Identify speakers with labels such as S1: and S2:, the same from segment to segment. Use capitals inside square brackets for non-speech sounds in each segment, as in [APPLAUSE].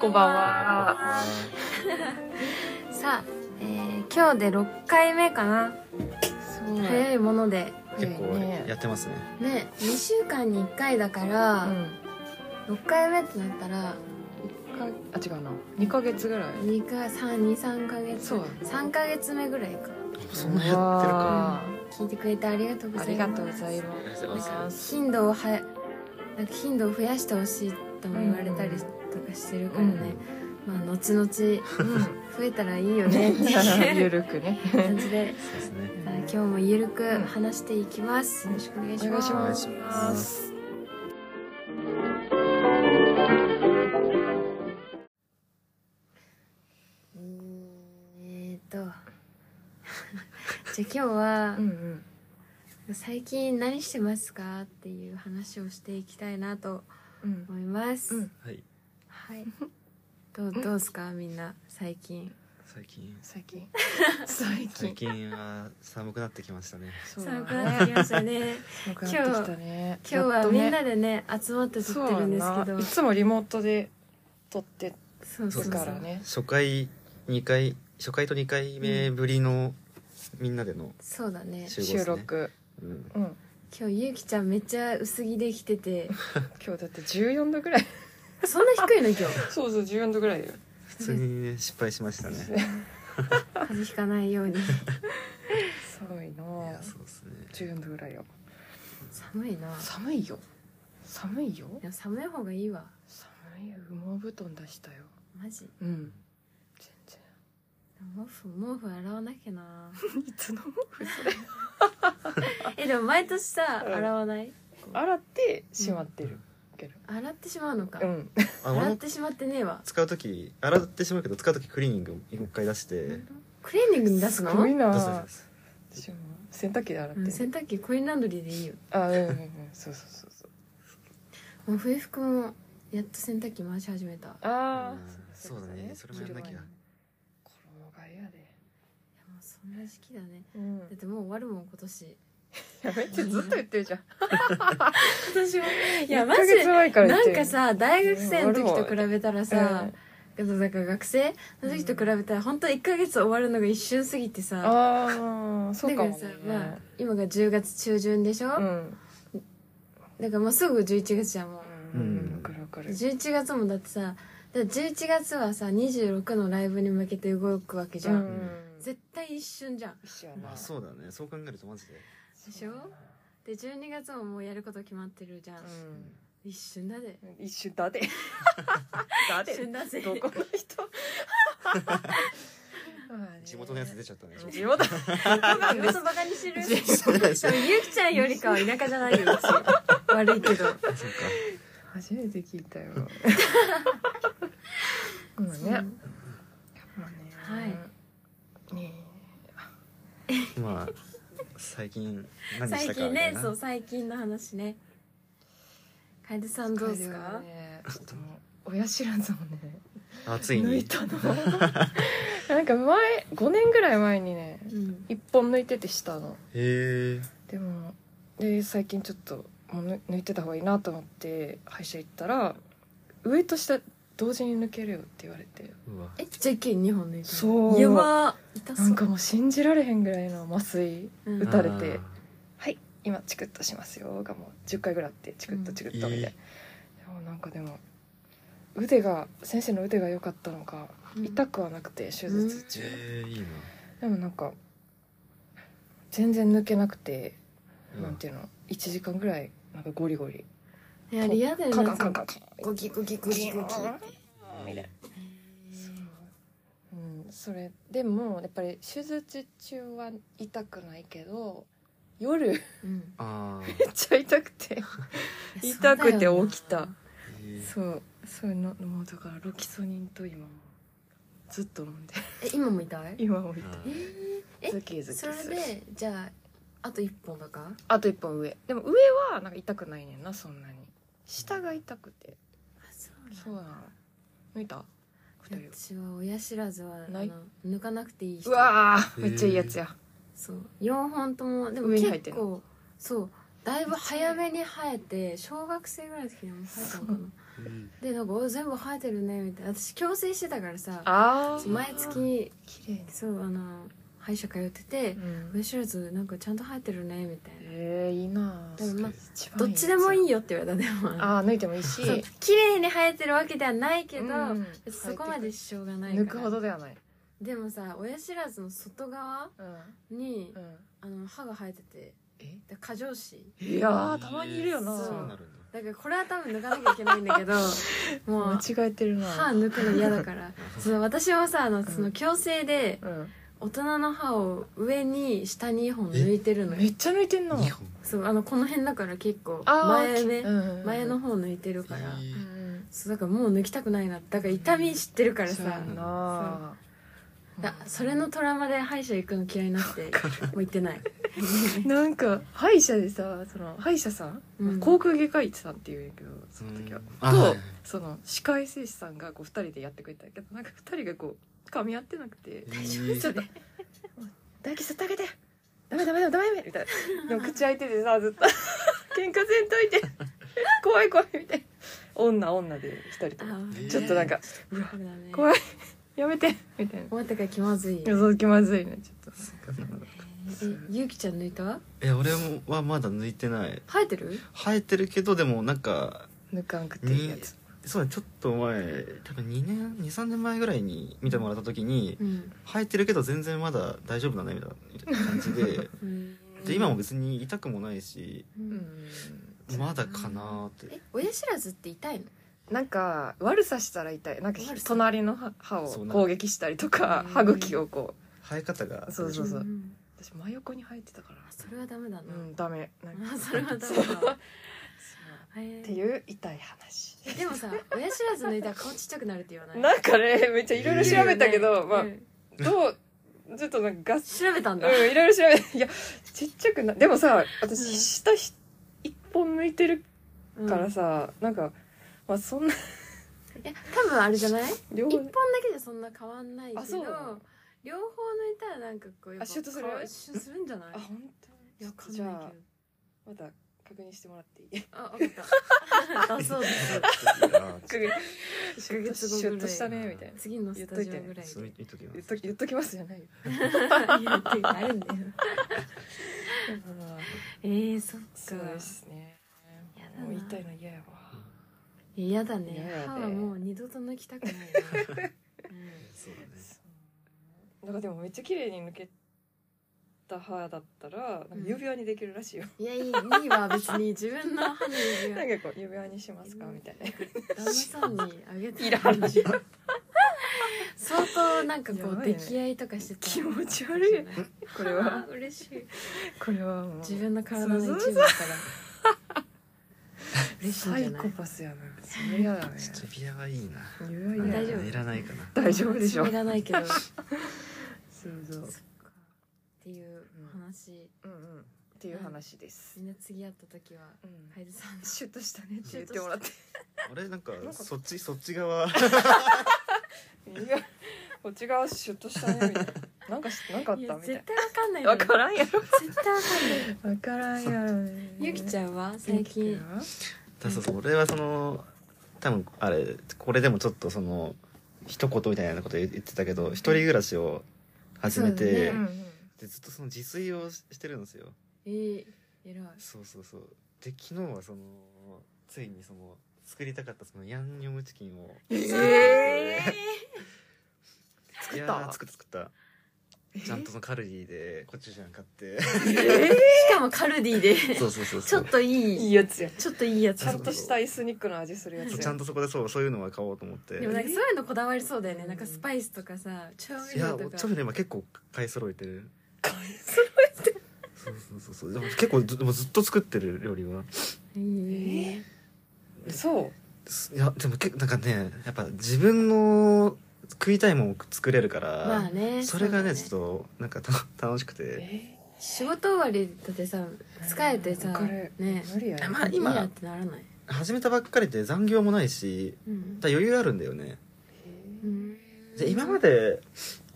S1: こんばんは。
S2: [LAUGHS] さあ、えー今日で6回目かな
S1: そう
S2: 早いもので
S3: 結構
S1: ね
S3: やってますね
S2: ね2週間に1回だから、
S1: うん。
S2: 6回目ってなったら
S1: かあ違うな。二ヶ月ぐらい。
S2: 2か323ヶ月
S1: そう
S2: 3ヶ月目ぐらいか
S3: そんなやって
S1: う
S3: るか
S1: わ
S2: 聞いてくれてありがとうご
S1: ーあ
S2: ざ
S1: り
S2: いま
S1: が
S2: す
S1: とうござい
S3: ありが
S1: ま。
S3: とうございます
S2: 頻度をはなんか頻度を増やしてほしいとも言われたりとかしてるからね、まあ後々増
S1: うん。
S2: えたらいいよねってい
S1: ゆ [LAUGHS]
S2: う
S1: るくね。
S2: 感じで
S3: そうですね
S2: さあ今日もゆるく話していきます、
S1: うん
S2: よろしくお願い
S1: お
S2: し
S1: 願
S2: ま
S1: い
S2: す
S1: し
S3: お願
S1: ま
S3: いし
S1: す。
S3: ます
S2: うーんえーっと [LAUGHS] じゃあ今日は
S1: う、んうん。
S2: 最近何してますかっていう話をしていきたいなと
S1: うん。
S2: 思います、
S1: うん
S3: はい
S2: はいどうどうですかみんな最近
S3: 最近
S1: 最近。最
S3: 最
S1: 近。
S3: 近は寒くなってきましたね
S1: そうだね
S2: 寒くなってきましたね
S1: 寒くなってきたね。
S2: [LAUGHS] 今日
S1: やっ
S2: は
S1: と
S2: み
S1: ね
S2: んなでね集まって撮
S1: そ
S2: っ
S1: う
S2: てるんです
S1: な
S2: けど
S1: いつもリモートで撮って
S2: そうそう
S1: る
S2: そ
S1: か
S2: う
S1: らね。
S3: 初回二回初回と二回目ぶりのみんなでの
S2: そうだね
S3: 集合で
S1: 収
S3: すね
S1: 録。
S3: うん
S1: うん。
S2: 今日ゆうきちゃんめっちゃ薄着できてて
S1: 今日だって14度ぐらい。
S2: そんな低いの今日
S1: そうそう14度ぐらいよ。
S3: 普通にね失敗しましたね
S2: 風邪ひかないように
S1: 寒いないぁ
S3: やそうですね
S1: 14度ぐらいよ
S2: 寒いな
S1: 寒いよ寒いよ
S2: でも寒い方がいいわ
S1: 寒いよ羽毛布団出したよ
S2: マジ
S1: うん全然
S2: 毛布毛布洗わなきゃな
S1: [LAUGHS]
S2: [LAUGHS]
S1: いつの毛布それ
S2: えでも毎年さ
S1: うん
S2: 洗わない
S1: 洗ってしまってるけど
S2: 洗ってしまうのか、
S1: うん
S3: あ俺
S2: 洗っ
S3: も
S2: てしまってねえわ
S3: 使う時洗ってしまうけど使う時クリーニング一回出して
S2: クリーニングに出すの
S1: すごいな
S3: 出す出す
S1: ぁ
S3: 出す
S1: 私も洗濯機で洗って
S2: うん、
S1: る
S2: 洗濯機コインランドリーでいいよ
S1: あうんうんうんそうそうそうそう
S2: もう冬服もやっと洗濯機回し始めたいやも
S1: ああ
S3: うんそうだねそれもやんなきゃ
S1: 衣替えやで
S2: うそんな時期だね
S1: うん
S2: だってもう終わるもん今年
S1: やめてずっと言ってるじ [LAUGHS] ゃん
S2: 今年も [LAUGHS] いや
S1: 1
S2: マ
S1: ヶ
S2: ジ
S1: 月
S2: で
S1: 前から言っ
S2: な
S1: て
S2: ん
S1: る
S2: かさ大学生の時と比べたら
S1: う
S2: さ
S1: ん、
S2: だから学生の時と比べたら本当一1ヶ月終わるのが一瞬過ぎてさ、
S1: ああそう
S2: だ
S1: か
S2: か
S1: も
S2: ら
S1: ね
S2: さ、まあ、今が10月中旬でしょ、
S1: うん
S2: だからもうすぐ11月じゃんもう、
S1: うんわかるわかる
S2: 11月もだってさだから11月はさ26のライブに向けて動くわけじゃん、
S1: うん
S2: 絶対一瞬じゃん
S1: 一緒やな
S3: あそうだねそう考えるとマジで
S1: で
S2: しょで12月ももうやること決まってるじゃん、一瞬だで
S1: うん、一瞬だでだ
S2: 一瞬だぜ
S1: どこの人 [LAUGHS] まあね
S3: 地元のやつ出ちゃったね
S1: 地元
S2: [LAUGHS] 地元バカにしてるでもゆきちゃんよりかは田舎じゃないようち悪いけど
S3: そうか
S1: 初めて聞いたようんねまあねはいね
S3: まあ最近何し
S2: 最
S3: たか
S2: 近ね
S3: みたいな
S2: そう最近の話ね楓さ
S1: え
S2: んどうですか、
S1: ねちょっともう親知らずをね
S3: あつい
S1: 抜い
S3: に
S1: たの [LAUGHS] なんか前5年ぐらい前にね
S2: うん
S1: 一本抜いててしたの
S3: へえ
S1: でもで最近ちょっともう抜抜いてた方がいいなと思って歯医者行ったら上と下同時に抜けるよって言われて
S3: うわ
S2: えじゃあ一気に2本抜いた
S1: そう
S2: やばー痛そう
S1: なんかもう信じられへんぐらいの麻酔
S2: うん
S1: 打たれて
S3: あ
S1: はい今チクッとしますよがもう10回ぐらいあってチクッとチクッとみたいな、でもなんかでも腕が先生の腕が良かったのか
S2: うん
S1: 痛くはなくて手術
S3: ー
S1: 中、
S3: へえいいな
S1: でもなんか全然抜けなくて、
S3: うわ
S1: なんていうの1時間ぐらいなんかゴリゴリ
S2: いやリアだよ
S1: カン
S2: ね
S1: カンカンカンカン
S2: ゴキゴキゴキゴキ
S1: みたいうん、それでもやっぱり手術中は痛くないけど夜めっ
S2: うん
S3: あー
S1: ちゃ痛くて
S2: いや
S1: 痛くて
S2: そうだよな
S1: 起きた
S3: へー
S1: そうそういうのもうだからロキソニンと今もずっと飲んで [LAUGHS]
S2: え今も痛い
S1: 今も
S3: あー
S2: ええ
S1: ズキズキ
S2: それ
S1: する
S2: でじゃああと1本だか
S1: あと一本上でも上はなんか痛くないねんなそんなに下が痛くて
S2: あそ
S1: そうなの抜いた二人
S2: 私は親知らずは
S1: ない
S2: あの抜かなくていい人
S1: うわー
S3: へー
S1: めっちゃいいやつや
S2: そう4本ともでも
S1: 上に入って
S2: 結
S1: ん
S2: 構そうだいぶ早めに生えて小学生ぐらいの時にはもう生えたのかな
S3: うん
S2: でなんかお全部生えてるねみたいな私矯正してたからさ
S1: ああ
S2: 毎月
S1: 綺麗です、
S2: そうあの歯医者通ってて「ウェシューズなんかちゃんと生えてるね」みたいな
S1: えー、いいな
S2: でもまあ
S1: 一
S2: ど
S1: 番
S2: っちでもい
S1: い
S2: いよって言われたでも
S1: ああ抜いてもいいし
S2: そう綺麗に生えてるわけではないけど、
S1: うん
S2: そこまで支障がないから
S1: 抜くほどではない
S2: でもさ親知らずの外側
S1: うん
S2: に、
S1: うん
S2: あの歯が生えてて
S1: え
S2: だ過剰歯
S1: いやーたまにいるよな
S2: そう
S3: そうなるんだ
S2: だからこれは多分抜かなきゃいけないん
S1: [LAUGHS]
S2: だけどもう
S1: 間違えてるな
S2: 歯抜くの嫌だから
S1: [LAUGHS]
S2: その私はさあのその矯正で
S1: うん
S2: 大人の歯を上に下に2本抜いてるの
S1: め
S2: よ
S1: っちゃ抜いてんな
S3: 二本
S2: そうあのこの辺だから結構
S1: あー
S2: 前ね、
S1: うんうん
S2: 前の方抜いてるから、
S3: え
S1: う
S3: ー
S1: ん
S2: そうだからもう抜きたくないなだから痛み知ってるから
S1: そうや
S2: さ
S1: んな
S2: だそれのトラウマで歯医者行くの嫌いになってもう行ってない
S1: なんか歯医者でさその歯医者さん、
S2: うん
S1: 航空外科医さんっていうんやけどその時は、
S3: うんあはい
S1: と
S3: はい
S1: その歯科衛生士さんがこう2人でやってくれたけどなんか2人がこう噛み合ってなくて
S3: 大丈夫
S1: ちょっと「唾液吸ってあげてダメダメダメダメ」みたいなでも口開いててさずっ
S2: [LAUGHS]
S1: と「喧嘩せんといて怖い怖い」みたいな女女で2人とも
S2: あー
S1: ちょっとなんか
S2: うわそうだね
S1: 怖いやめてみたいな
S2: 思ったから気まずい
S1: 予
S2: よ
S1: 想気まずいねちょっ
S2: えゆうきちゃん抜いた
S3: え俺はまだ抜いてない
S2: 生えてる
S3: 生えてるけどでもなんか
S1: と抜かんくていいやつ
S3: そうだちょっと前多分2年23年前ぐらいに見てもらった時に
S2: うん
S3: 生えてるけど全然まだ大丈夫だねみたいなみたいな感じ
S2: [LAUGHS]
S3: でで今も別に痛くもないし
S2: う
S1: うんん
S3: まだかなーって
S2: え親知らずって痛いの
S1: なんか悪さしたら痛いなんか
S2: 悪さ
S1: 隣の歯歯を攻撃したりとか
S2: そうな
S1: 歯
S2: んだ
S1: 茎をこ
S3: 生え方が
S1: そうそうそうんう私真横に生えてたから
S2: あそれはダメだな
S1: うんダメなんか
S2: あそれはダメ
S1: そう
S2: だ
S1: っ
S2: へ
S1: て
S2: ー
S1: いう痛い
S2: [LAUGHS]
S1: 話
S2: でもさ親知らず抜いたら顔ちっちゃくなるって言わない
S1: なんかねめっちゃいろいろ調べたけど、
S2: うん
S1: まあ、
S2: うん
S1: どうちょっとなんかガス
S2: 調べたんだ
S1: うんいろいろ調べいやちっちゃくなでもさ
S2: うん
S1: 私下ひ一本抜いてる
S2: うん
S1: からさ、なんかまあそんない
S2: や多分あれじゃない
S1: 両
S2: 一
S1: 方
S2: 本だけじゃそんな変わんないけ
S1: あそう
S2: ど
S1: なの
S2: 両方抜いたらなんかこうやっぱ
S1: あシュッとする
S2: こうシュッするんじゃない
S1: あ本
S2: いやわか
S1: 当
S2: ん
S1: じ
S2: な
S1: ゃ
S2: い
S1: あまた確認してもらっていい
S2: けどあ分かったあそうです
S1: 1ヶ月 [LAUGHS]
S2: ヶ [LAUGHS] 月後ぐらい
S1: シュッとしたねみたいな
S2: 次のスタジオぐらいで
S3: そう見ときま
S1: 言っ
S3: す
S1: とき言っときますよね
S2: いやっていうかあるんだよ [LAUGHS] えー、そっ
S1: そう
S2: か
S1: ですね
S2: やだな
S1: もう言いたいの嫌やわ
S2: 嫌だね
S1: 嫌やで
S2: 歯はもう二度と抜きた [LAUGHS] くないな、うん
S3: そうだね
S1: そうなんかでもめっちゃ綺麗に抜けた歯だったらなんか指輪にできるらしいよ、
S2: いやいいいいわ別に自分の歯の指
S1: な
S2: は
S1: んかこう指輪にしますかみたいな
S2: 旦那さんにあげて
S1: いらん
S2: 相当なんかこ
S1: や
S2: う
S1: ばいね
S2: 出来合いとかしてた
S1: 気持ち悪いこれは
S2: あー嬉しい
S1: これはもう
S2: 自分の体の一部だから嬉しいん
S1: サ
S2: じゃ
S1: イ
S2: な
S1: コ
S2: い
S1: パスやなそれ嫌だね
S3: ちょっとビアはいいな
S1: 指輪嫌
S2: 大丈夫
S3: いらないかな
S1: 大丈夫でしょ
S2: いらないけどそっ
S1: そうそう
S2: かっていう話
S1: うんうんっていう話です、
S2: みんな次会った時は
S1: うん
S2: 楓さん
S1: シュッとしたねって言ってもらって
S3: あれなんかそっちそっち側
S1: いやこっち側シュッとしたねみたいななんかしなんかあっ
S2: い
S1: た
S2: や
S1: みたい
S2: 絶
S1: な
S2: 対わかんないよ
S1: わからんやろ
S2: 絶対わかんない
S1: わからんやろね
S2: ゆきちゃんは最
S1: ゆき
S2: 近
S1: ちゃんは
S3: だそうそう俺はその多分あれこれでもちょっとその一言みたいなこと言ってたけど一人暮らしを始め
S2: そう
S3: て、
S2: だね
S3: でずっとその自炊をししてるんですよ
S2: えー、偉い
S3: そうそうそうで昨日はそのついにその作りたかったそのヤンニョムチキンを
S1: え
S3: 作
S1: った
S3: 作った作ったちゃんとそのカルディでコチュジャン買って
S2: しかもカルディでち
S3: そうそうそう
S2: ょっとい
S1: い
S2: い
S1: いやつや
S2: ちょっといいやつ
S1: ちゃんとしたエスニックの味するやつ
S3: そう
S1: や
S3: ちゃんとそこでそうそういうのは買おうと思って
S2: でもなんかそういうのこだわりそうだよねなんかスパイスとかさ調味
S3: いや
S2: 料
S3: ちょ
S2: と
S3: っ
S2: か
S3: とね今結構買い揃えてる
S1: 買い
S3: そうそうそうそうでも結構ずでもずっと作ってる料理はい
S2: いね
S1: そう
S3: いやでも結構なんかねやっぱ自分の食いたいもんを作れるから、
S2: まあね
S3: それがね
S2: そう
S3: ち
S2: だよ
S3: ょっとなんかた [LAUGHS] 楽しくて
S1: え
S2: 仕事終わりだってさ疲れてさ
S1: これ
S2: ね
S1: 無理や
S3: まあ
S2: 今いいやっ
S3: 今
S2: てならない
S3: 始めたばっかりで残業もないし
S2: うん
S3: だから余裕あるんだよね
S2: うん
S3: で今まで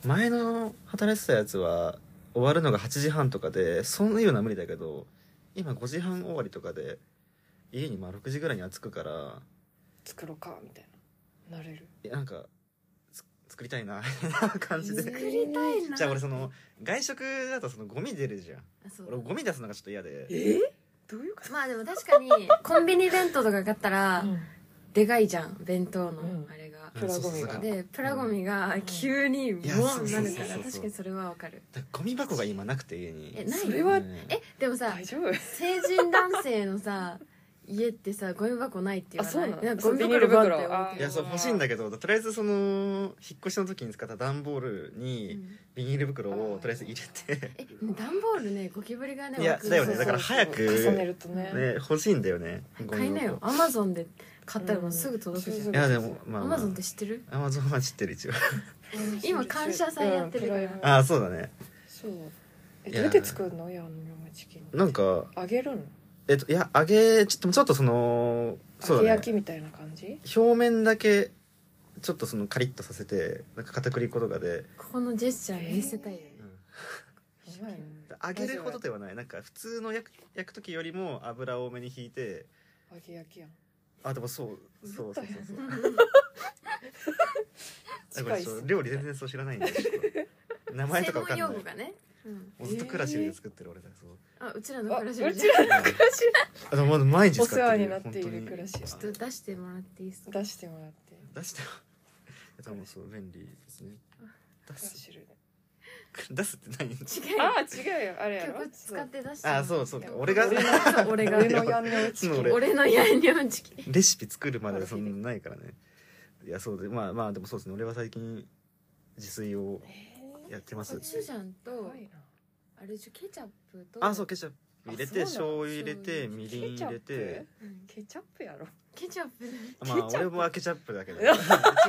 S3: 前の働いてたやつは終わるのが8時半とかでそんなような無理だけど今5時半終わりとかで家にまあ6時ぐらいには着くから
S1: 作ろうかみたいななれる
S3: いやなんかつ作りたいなな感じ
S2: 作
S3: で
S2: りたいな
S3: じゃあ俺その外食だとそのゴミ出るじゃん
S2: あそう
S3: 俺ゴミ出すのがちょっと嫌で
S1: えどういうこ
S2: まあでも確か
S3: [LAUGHS]
S2: にコンビニ弁当とか買ったら
S1: と
S2: でかいじゃん弁当の
S1: うん
S2: あれが、
S1: プラゴミが
S3: うんそうそうそう
S2: でプラゴミが急にもう
S3: いやそう
S1: そ
S2: な
S1: う
S2: る
S1: そ
S2: か
S1: う
S2: ら
S1: そう
S2: 確かにそれはわかる
S3: だからゴミ箱が今なくて家に
S2: えない
S1: それは
S3: うん
S2: えでもさ
S1: 大丈夫
S2: 成人男性のさ家ってさゴミ箱ないって言わな
S1: あ
S2: い
S1: そうなの
S2: んかゴミ
S1: そうビニール
S2: 袋
S1: 袋
S2: バンって置
S3: いやそう
S1: あー
S3: 欲しいんだけどとりあえずその引っ越しの時に使った段ボー
S2: い
S3: ル
S2: てう
S3: に
S2: ん
S3: ビニール袋をとりあえず入れて、
S2: え段ボールねゴキブリがね
S3: いや
S2: 湧く
S3: だよね
S2: そう
S3: だから早く
S1: 重ねるとね
S3: ね欲しいんだよねゴミ
S2: 買いなよアマゾンで買ったらもうすぐ届くじゃん
S3: いやでもまあ
S2: ア
S3: ま
S2: マ
S3: あ
S2: ゾンって知ってる
S3: アマゾンは知ってる一応 [LAUGHS]
S2: 今感謝祭やってるから
S1: うんプライム
S3: ああそうだね
S1: そうえ
S3: い
S1: ど
S3: や
S1: うやって作るのヤンニョムチキン
S3: なんか
S1: 揚げるの
S3: えっといや揚げちょっとちょっとそのそ
S1: 揚
S3: う
S1: げ
S3: だ
S1: 焼
S3: ね
S1: きみたいな感じ
S3: 表面だけちょっとそのカリッとさせてなんか片栗粉とかで、
S2: ここのジェスチャー見せたいよね
S1: うまいね
S3: 揚げるほどではないなんか普通の焼く焼く時よりも油多めに引いて
S1: 揚げ焼きやん
S3: あでもそうそうそうそうそうだか
S1: 近
S3: ら
S1: いっ
S3: ちょっ
S1: す
S3: と料理全然そう知らない
S1: [LAUGHS]
S3: んでちょっと名前とかわかん
S2: 専
S3: な
S2: 門用
S3: い
S2: 語がね、うん、
S3: もうずっとクラシルで作ってる俺だそう
S2: あうちらの
S1: あ
S2: 暮
S1: う
S2: らし
S1: ち
S2: ぶ
S1: ら
S2: り
S1: の
S2: で
S1: 暮らし
S3: あでもまだ毎日使
S1: お
S3: ってる
S1: 世話になっている暮らし
S2: ちょっと出してもらっていいですか
S1: 出してもらって
S3: 出してもでもそう便利ですね出
S1: クラ
S3: す
S1: シル
S3: 出すって何
S2: 違うよ
S1: ああ違うよあれや
S2: 今
S1: ろ
S2: 日使って出して
S3: あそうそう
S1: いや
S3: 俺が
S1: 俺の
S2: そう俺が
S1: 俺のヤンニョムチキン
S3: そう俺
S2: 俺のヤンニョムチキン
S3: レシピ作るまでそんなないからねいやそうでまあまあでもそうですね俺は最近自炊をやってま
S2: コ
S3: す
S2: チュジャン
S1: す
S2: と
S1: ごいな
S2: あれでしょケチャップと
S3: あそうケチャップ入れて
S1: あそうなの
S3: 醤油入れて
S2: 醤油
S3: みりん入れて
S2: うん
S1: ケチャップやろ
S2: ケチャップ
S3: まあ
S1: ケチャッ
S3: 俺
S1: プ
S3: はケチャップだ
S1: [LAUGHS]
S3: けど一応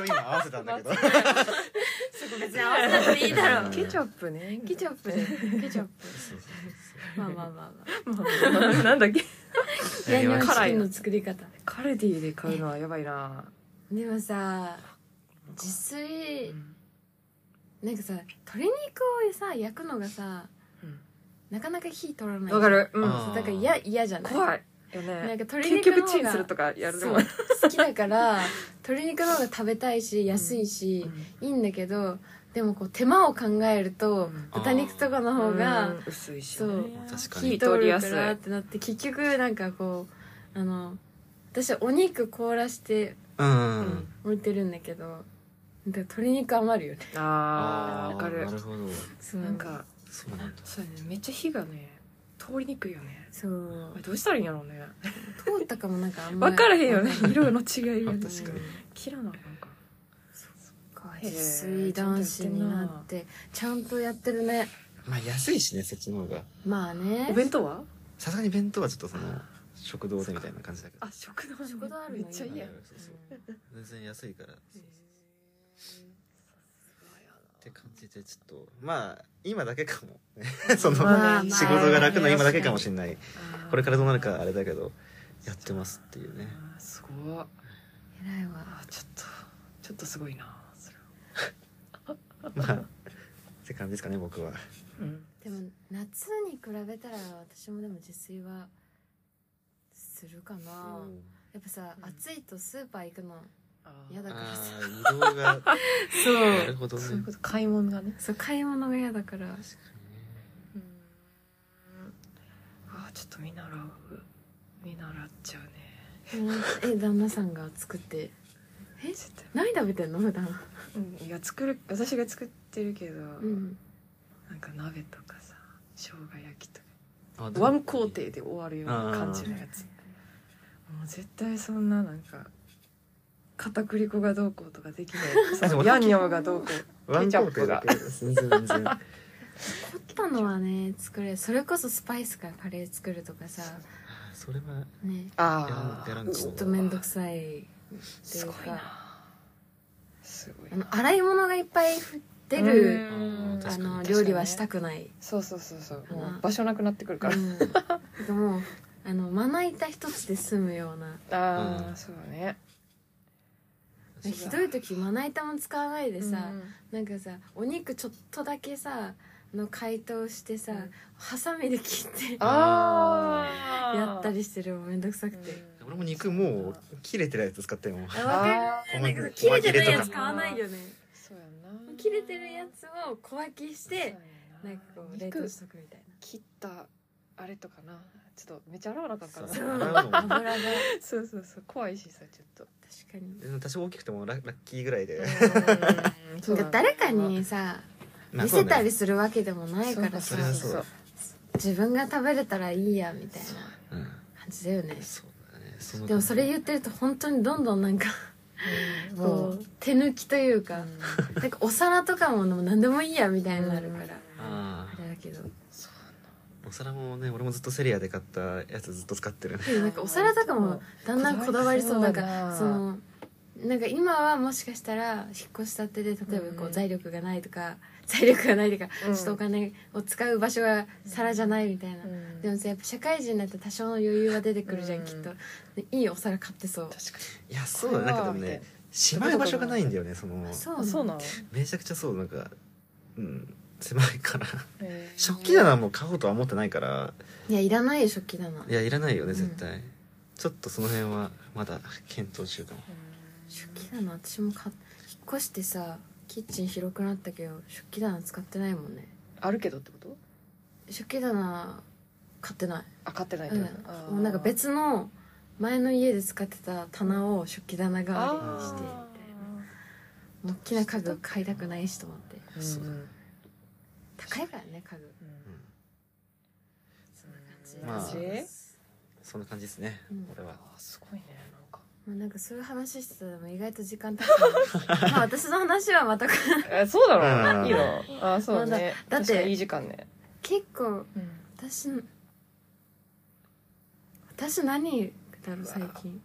S3: 今合わせたんだけ
S2: [LAUGHS]
S3: ど
S2: 別に合わせなくていいだろう
S1: ケチャップね
S2: ケチャップねケチャッ
S3: そうそうそう
S2: プまあまあまあま
S1: ップ [LAUGHS] なんだっけ
S2: あヤンニョムチキンの作り方
S1: カルディで買うのはやばいな
S2: でもさ自炊なんかさ鶏肉をさ焼くのがさ
S1: うん
S2: なかなか火取らない
S1: わかるう
S3: うんん
S2: そうだから嫌嫌じゃない
S1: 怖いよ
S2: なん
S1: ね
S2: か鶏
S1: 結
S2: 肉
S1: 局
S2: の方が
S1: チンするとかやる
S2: そ
S1: で
S2: う
S1: もん
S2: 好きだから鶏肉の方が食べたいし安いし、いいんだけどでもこう手間を考えると、
S1: うん
S2: 豚肉とかの方
S1: う
S2: が
S1: ん薄いし
S2: そ
S1: ね
S2: う
S3: 確か
S2: 火
S3: に
S2: 通
S1: 火通り
S2: る
S1: や
S2: か
S1: すい
S2: らってなって結局なんかこうあの私お肉凍らして
S3: うん
S2: 置いてるんだけどなんか鶏肉余るよね
S1: あーわ
S3: ー
S1: かる
S3: なるほど
S2: そう
S1: なんか
S3: そうなんだ
S1: そうやねめっちゃ火がね通りにくいよね
S2: そう
S1: あれどうしたらいいんやろうね
S2: 通ったかもなんかあんまり
S1: 分からへんよね色の違いが
S3: あ
S1: ね
S3: 確かに
S1: 切らなあかんかへー
S2: 自炊男子になってちゃんとやってるね
S3: まあ安いしねそっちの方が
S2: まあ
S1: お
S2: ね
S1: 弁当は
S3: さすがに弁当はちょっとその食堂でみたいな感じだけど
S1: あ食堂
S2: 食堂あるのい
S1: め
S2: い
S1: っちゃいいやん
S3: う
S1: へ
S3: んそうそう全然安いからっ
S1: ー
S3: て感じでちょっとまあ今だけかも [LAUGHS] その
S1: まあ
S3: 仕事が楽な今だけかも
S2: れ
S3: しれない
S1: あー
S3: これからどうなるかあれだけどやってますっていうね
S1: あーすごいあ
S2: ない偉いわ
S1: ーちょっとちょっとすごいなそれは
S3: まあって感じですかね僕は
S1: うん
S2: でも夏に比べたら私もでも自炊はするかな、やっぱさ、
S1: うん
S2: 暑いとスーパー行くの
S1: あー
S2: 嫌だから
S3: あ
S2: さ
S3: ー移動が
S2: そう
S3: なるほどね
S1: そういうこと買い物がね
S2: そう買い物が嫌だから
S3: 確かにね
S1: うんあーちょっと見習う見習っちゃうね
S2: え旦那さんが作ってえ
S1: ちょっと
S2: 何食べてんの普段
S1: うんいや作る私が作ってるけど、
S2: うん
S1: なんか鍋とかさ生姜焼きとか
S3: あでも
S1: ワン工程で終わるような感じのやつもう絶対そんななんか片栗粉がどうこうとかで [LAUGHS] きないそのヤンニョムがどうこう
S3: ワン
S1: ケ
S3: コ
S1: チャッ
S3: ー
S1: プ
S3: トだ
S1: が
S3: けです全然
S1: [LAUGHS]
S3: 全然あ
S2: 凝ったのはね作れそれこそスパイスからカレー作るとかさ
S3: ーそれは
S2: ね
S1: あ
S3: やらん
S1: あ
S3: かも
S2: ちょっと面倒くさい
S1: すごいなすご
S2: あ
S1: い
S2: の
S1: な
S2: 洗い物がいっぱい出る
S1: うん
S3: あー
S2: あ
S3: 確
S1: 確か
S2: の
S3: かに
S1: にね
S2: 料理はしたくない
S1: そうそうそうそうもう場所なくなってくるから、
S2: うん、なんかもうあのまな板一つで済むような
S1: ああ、
S3: うん
S1: そうだねそうだ
S2: ひどい時まな板も使わないで
S1: で
S2: さ、なんかさお肉ちょっとだけさあの解凍してさ、
S1: うん
S2: ハサミで切って
S1: ああ
S2: やったりしてるもめんどくさくて、
S1: うん
S3: 俺も肉もう切れてるやつ使ってもん
S2: あわかる
S1: あ
S3: ー
S2: なんか切れてるやつ買わないよね
S1: そうやんな
S2: 切れてるやつを小分けし
S1: そうや
S2: て
S1: んな
S2: なんかこう冷凍しとくみたいな
S1: 切ったあれとかなちょっとめっちゃ洗わなあかんからな
S3: そう
S1: そう
S3: 洗うのも
S2: 油が
S1: [LAUGHS] そうそう怖いしさちょっと
S2: 確かに
S3: でも多少大きくてもララッキーぐらいで、
S1: そう
S2: なんか誰かにさ見せたりするわけでもないから
S3: そ
S2: さ
S3: うだねそれはそう
S2: 自分が食べれたらいいやみたいな
S3: そうね
S2: 感じだよね
S3: うんそうだねその
S2: でもそれ言ってると本当にどんどんなんか
S1: うん
S2: こう手抜きというかなんかお皿とかも何でもいいやみたいになるから
S3: あ
S2: あれだけど
S1: そう
S3: あお皿もね俺もずっとセリアで買ったやつずっと使っ
S2: [LAUGHS]
S3: てるね
S2: でもなんかお皿とかもだんだんこだわりそうなんかそ
S1: の
S2: のなんか今はもしかしたら引っ越したってで例えばこ
S1: う
S2: うん財力がないとか [LAUGHS] 財力がないとか
S1: うん
S2: ちょっとお金を使う場所が皿じゃないみたいなで
S1: も
S2: もさやっぱ社会人になって多少の余裕は出てくるじゃ
S1: うん
S2: んきっとでいいお皿買ってそう
S1: 確か
S3: いやそうだね
S1: これ
S3: な
S1: は
S3: んかでもねしまう場所がないんだよねその
S2: そ
S1: にそうなの
S3: めちゃくちゃそうなんかうん狭いから
S1: へー
S3: 食器棚も買おうとは思ってないから
S2: いやいらないよ食器棚
S3: いやいらないよね絶対、ちょっとその辺はまだ検討中かも
S2: 食器棚私も買っ引っ越してさキッチン広くなったけど食器棚使ってないもんね
S1: あるけどってこと
S2: 食器棚買ってない
S1: あ買ってないっ
S2: う
S1: て
S2: ん
S1: ことあー
S2: もうなんか別の前の家で使ってた棚を食器棚代わりにしてみたい
S1: あ
S2: な大きな家具買いたくないしと思って
S1: ー
S3: そうだね
S2: 高いからね家
S1: う
S2: 具
S1: ん
S2: そんな
S3: まあ
S2: 感じです、
S3: そんな感じですね、
S2: うん
S3: 俺
S2: [LAUGHS]
S3: は
S1: あーすごいねなんか
S2: まあ、なんかそういう話してたら意外と時間経った
S1: [LAUGHS]
S2: なまあ私の話はまた
S1: えそうだろ
S3: うん
S1: ういいのあーそうね
S2: まだだって
S1: 確かにいい時間ね
S2: 結構私の私何だろう最近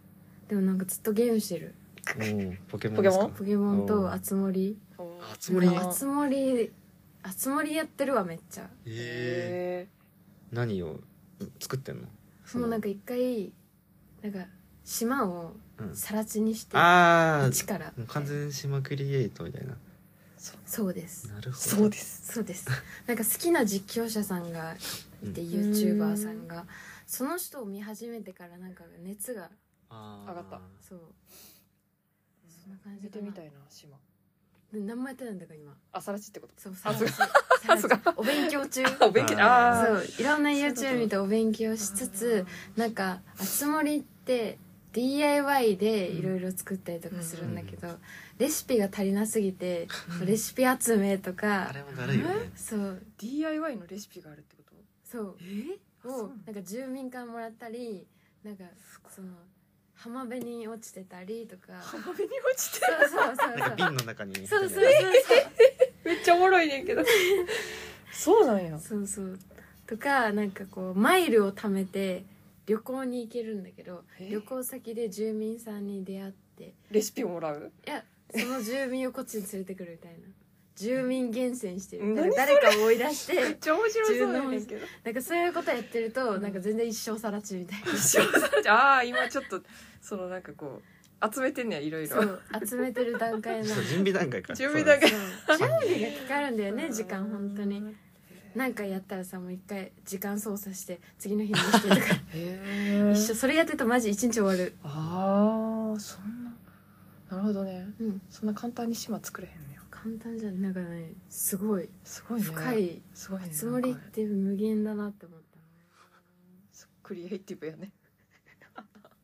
S2: でもなんかずっとゲームしてる
S3: うんポケモ
S1: ポ
S3: ン
S1: ケ
S3: です
S1: モ
S3: か
S1: ン
S2: ポケモン
S3: お
S2: と
S3: ー
S2: あつ森
S3: あつ
S1: つも
S3: 森
S1: り
S3: へ
S2: あつ森あつ森やってるわめっちゃ
S1: へ
S3: え何をうん作ってんのそ
S2: も
S3: の
S2: うなんか一回なんか島を
S3: うん
S2: さら地にして
S3: ああ
S2: 一から
S3: もう完全島クリエイトみたいな
S2: そうです
S3: なるほど
S1: そうです
S2: そうですなんか好きな実況者さんがいて
S3: う
S2: YouTuber さんがその人を見始めてからなんか熱が
S3: あー
S1: 上がった
S2: そうそんな感じ
S1: 見
S2: か
S1: て
S2: な
S1: みたいな島
S2: で何もやってないんだから今
S1: あさらちってこと
S2: そうさ
S1: あ
S2: ら地
S1: あそう
S2: さら
S1: か
S2: 地お勉強中
S1: あお勉強あ
S2: そ
S1: ー
S2: ういろんな
S1: そういうこと
S2: YouTube 見てお勉強しつつなんかあつ森って DIY でいろいろ作ったりとかするんだけど、レシピが足りなすぎてレシピ集めと
S3: あ
S2: か
S3: れもだるいよね
S2: そう
S1: DIY のレシピがあるってこと
S2: そう
S1: え
S2: をなんか住民からもらったりなんかその浜辺に落ちてたりとかそ
S1: 浜辺に落ちて
S2: うそうそう
S3: なんか瓶の中に
S2: そうそうそう
S1: [LAUGHS] めっちゃおもろいねんけどそうなんや
S2: そうそうそうとかなんかこうマイルを貯めて旅行に行けるんだけど
S1: え
S2: 旅行先で住民さんに出会って
S1: レシピをもらう
S2: いやその住民をこっちに連れてくるみたいな住民厳選してる
S1: 何
S2: なんか誰かを追い出し
S1: めってちゃ面白そうやねんけど
S2: なんかそういうことやってる
S1: う
S2: と
S1: ん
S2: なんか全然一生さらちみたいな
S1: 石尾さんじゃああー今ちょっとそのなんかこう集めてんねやいろいろ
S2: そう集めてる段階な
S3: そ
S2: の
S3: う準備段階から
S1: 準備段階
S2: そう準備がかかるんだよね時間本当になんんかやったらさもう一回時間操作して次の日にしてと
S1: [LAUGHS]
S2: か
S1: へ
S2: 一緒それやってるとマジ一日終わる
S1: ああそんななるほどね
S2: うん
S1: そんな簡単に島作れへんねや
S2: 簡単じゃんなんかねすごい
S1: すごいね
S2: 深い
S1: すごいね
S2: つもりっ
S1: なんか
S2: て無限だなって思った
S1: クリエイティブやね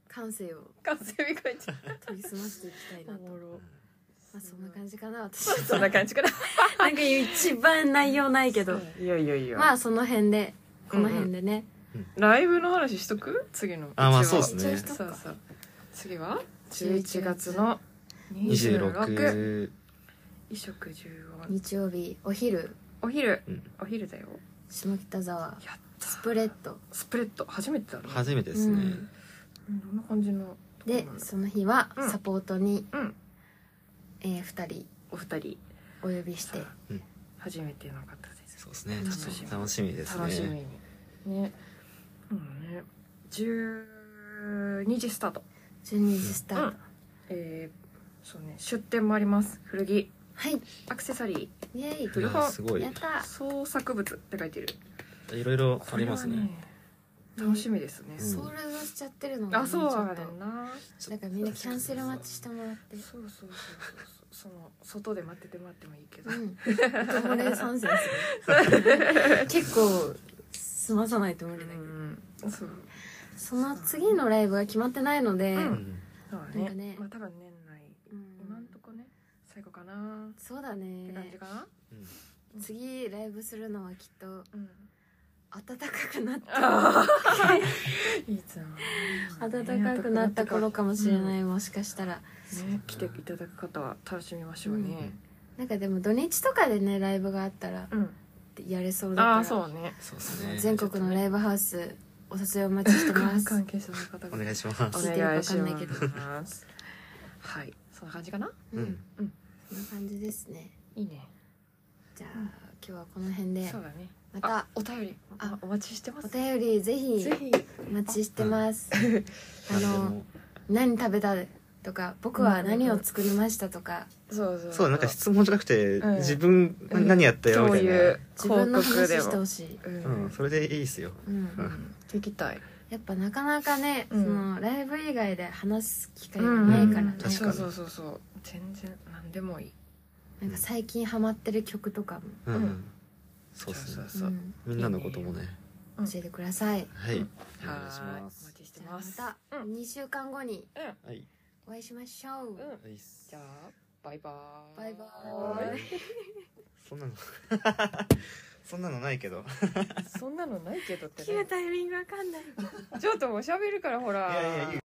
S2: 感性を
S1: 完成みたいちゃ
S2: 研ぎ澄ましていきたいな
S1: う [LAUGHS]
S2: とま
S1: ろ
S2: あそんな感じかな
S1: [LAUGHS]
S2: 私
S1: そんな感じかな
S2: なんか一番内容ないけど
S1: いやいやいや
S2: まあその辺でこの辺でね、
S1: ライブの話しとく次の
S3: あまあ
S1: 一応
S3: そうっすね
S2: 一応しと
S1: そ
S2: く
S1: う
S2: か
S1: そう次は11月の26
S3: 26
S1: 衣食住を
S2: 日曜日お昼
S1: お昼、
S3: うん
S1: お昼だよ
S2: 下北沢
S1: やった
S2: スプレッド
S1: スプレッド初めてだね
S3: 初めてですね、
S2: うん
S1: うんどんな感じの
S2: でその日は
S1: うん
S2: サポートに、
S1: うん
S2: えー、2人
S1: お二人
S2: お呼びして
S1: 初めての方です
S3: そうですね
S2: 楽しみ
S3: ちょっと楽しみですね
S1: 楽しみにねうんね12時スタート
S2: 12時スタート、
S1: うんえー、そうね出店もあります古着
S2: はい
S1: アクセサリ
S2: イエイ
S1: 古
S3: いやすごい
S2: やった
S1: ー創作物って書いてる
S3: いろいろありますね
S1: これは楽しみですね、
S3: うん
S2: ソールドしちゃってるの
S1: あそう
S2: ちょ
S1: や
S2: っ
S1: ね
S2: と
S1: んな
S2: だからみんなキャンセル待ちしても
S1: [LAUGHS]
S2: らって
S1: そうそうそうそうその外で待っててもらってもいいけど
S2: うん友達参戦す
S1: [LAUGHS]
S2: る結構済まさないと無理だけど、
S1: うんそう
S2: その次のライブが決まってないので、
S1: う
S3: うんん
S1: そうね
S2: なんかね
S1: まあ多分年内
S2: うん
S1: 今んとこね最後かな
S2: そうだ
S1: って感じ
S2: ね
S1: かな、
S3: うん
S2: 次ライブするのはきっと
S1: うん、
S2: 暖かく
S1: [LAUGHS]
S2: なって
S1: ああいつも
S2: 暖かくなった頃かもしれない、もしかしたら
S1: ね、来ていただく方は楽しみましょうね。
S2: なんかでも土日とかでねライブがあったら
S1: うん、
S2: やれそうだから
S1: ああ、そうね。
S3: そうですね
S2: 全国のライブハウスお誘いお待ちしてます
S1: 関係者の方
S3: お
S1: が
S3: 願いします
S2: 聞いてるかわかんないけど
S1: お願いしますはい、そんな感じかな。
S2: う
S3: うんん、
S2: そんな感じですね
S1: いいね。
S2: じゃあ、
S1: うん
S2: 今日はこの辺で
S1: そうだね。
S2: ま
S1: あ
S2: た、
S1: お便り、あ
S2: あ、
S1: お待ちしてま
S2: お
S1: す。
S2: 便りぜひ
S1: ぜひ、
S2: お待ちしてます、あ
S3: 何で
S2: の
S3: も
S2: 何食べたとか僕は何を作りましたとか、
S1: そうそう。
S3: そうなんか質問じゃなくて、
S1: うん
S3: 自分な何やったよみ
S1: そ
S3: た
S1: う
S3: いな
S1: いう
S2: 自分の
S1: 広告
S2: 話
S1: で
S2: して
S1: も
S2: ほ。しい、
S1: う
S3: うんん、それでいいですよ
S2: うん
S1: うん聞きたい。
S2: やっぱなかなかね、
S1: うん
S2: そのライブ以外で話す機会がないからね、
S3: うん確か
S1: そう
S3: に
S1: そうそうそう。全然何でもいい。
S2: なんか最近ハマってる曲とかも、
S3: うん、
S1: うん
S3: そうですね
S1: そうそう。
S2: うん
S3: みんなのこともね
S1: うん
S2: 教えてください、
S3: はい、
S1: うん
S3: お願いし
S1: はいお
S3: ま
S1: 待
S3: す
S1: ちして
S2: じゃあ
S1: ます。
S2: また
S1: うん
S2: 2週間後に
S3: はい、
S2: お会いしましょう、
S1: うん。
S3: はいっす
S1: じゃあ、バイバーイ。
S2: バイバ
S3: バイバ
S2: ー
S3: イ
S2: イ
S3: そんなの [LAUGHS] そんなのないけどい
S1: そんなのないけどって
S2: 切る [LAUGHS]
S1: ね。
S2: タイミングわかんない
S1: ちょっともう喋るからほら。
S3: やいやいいよ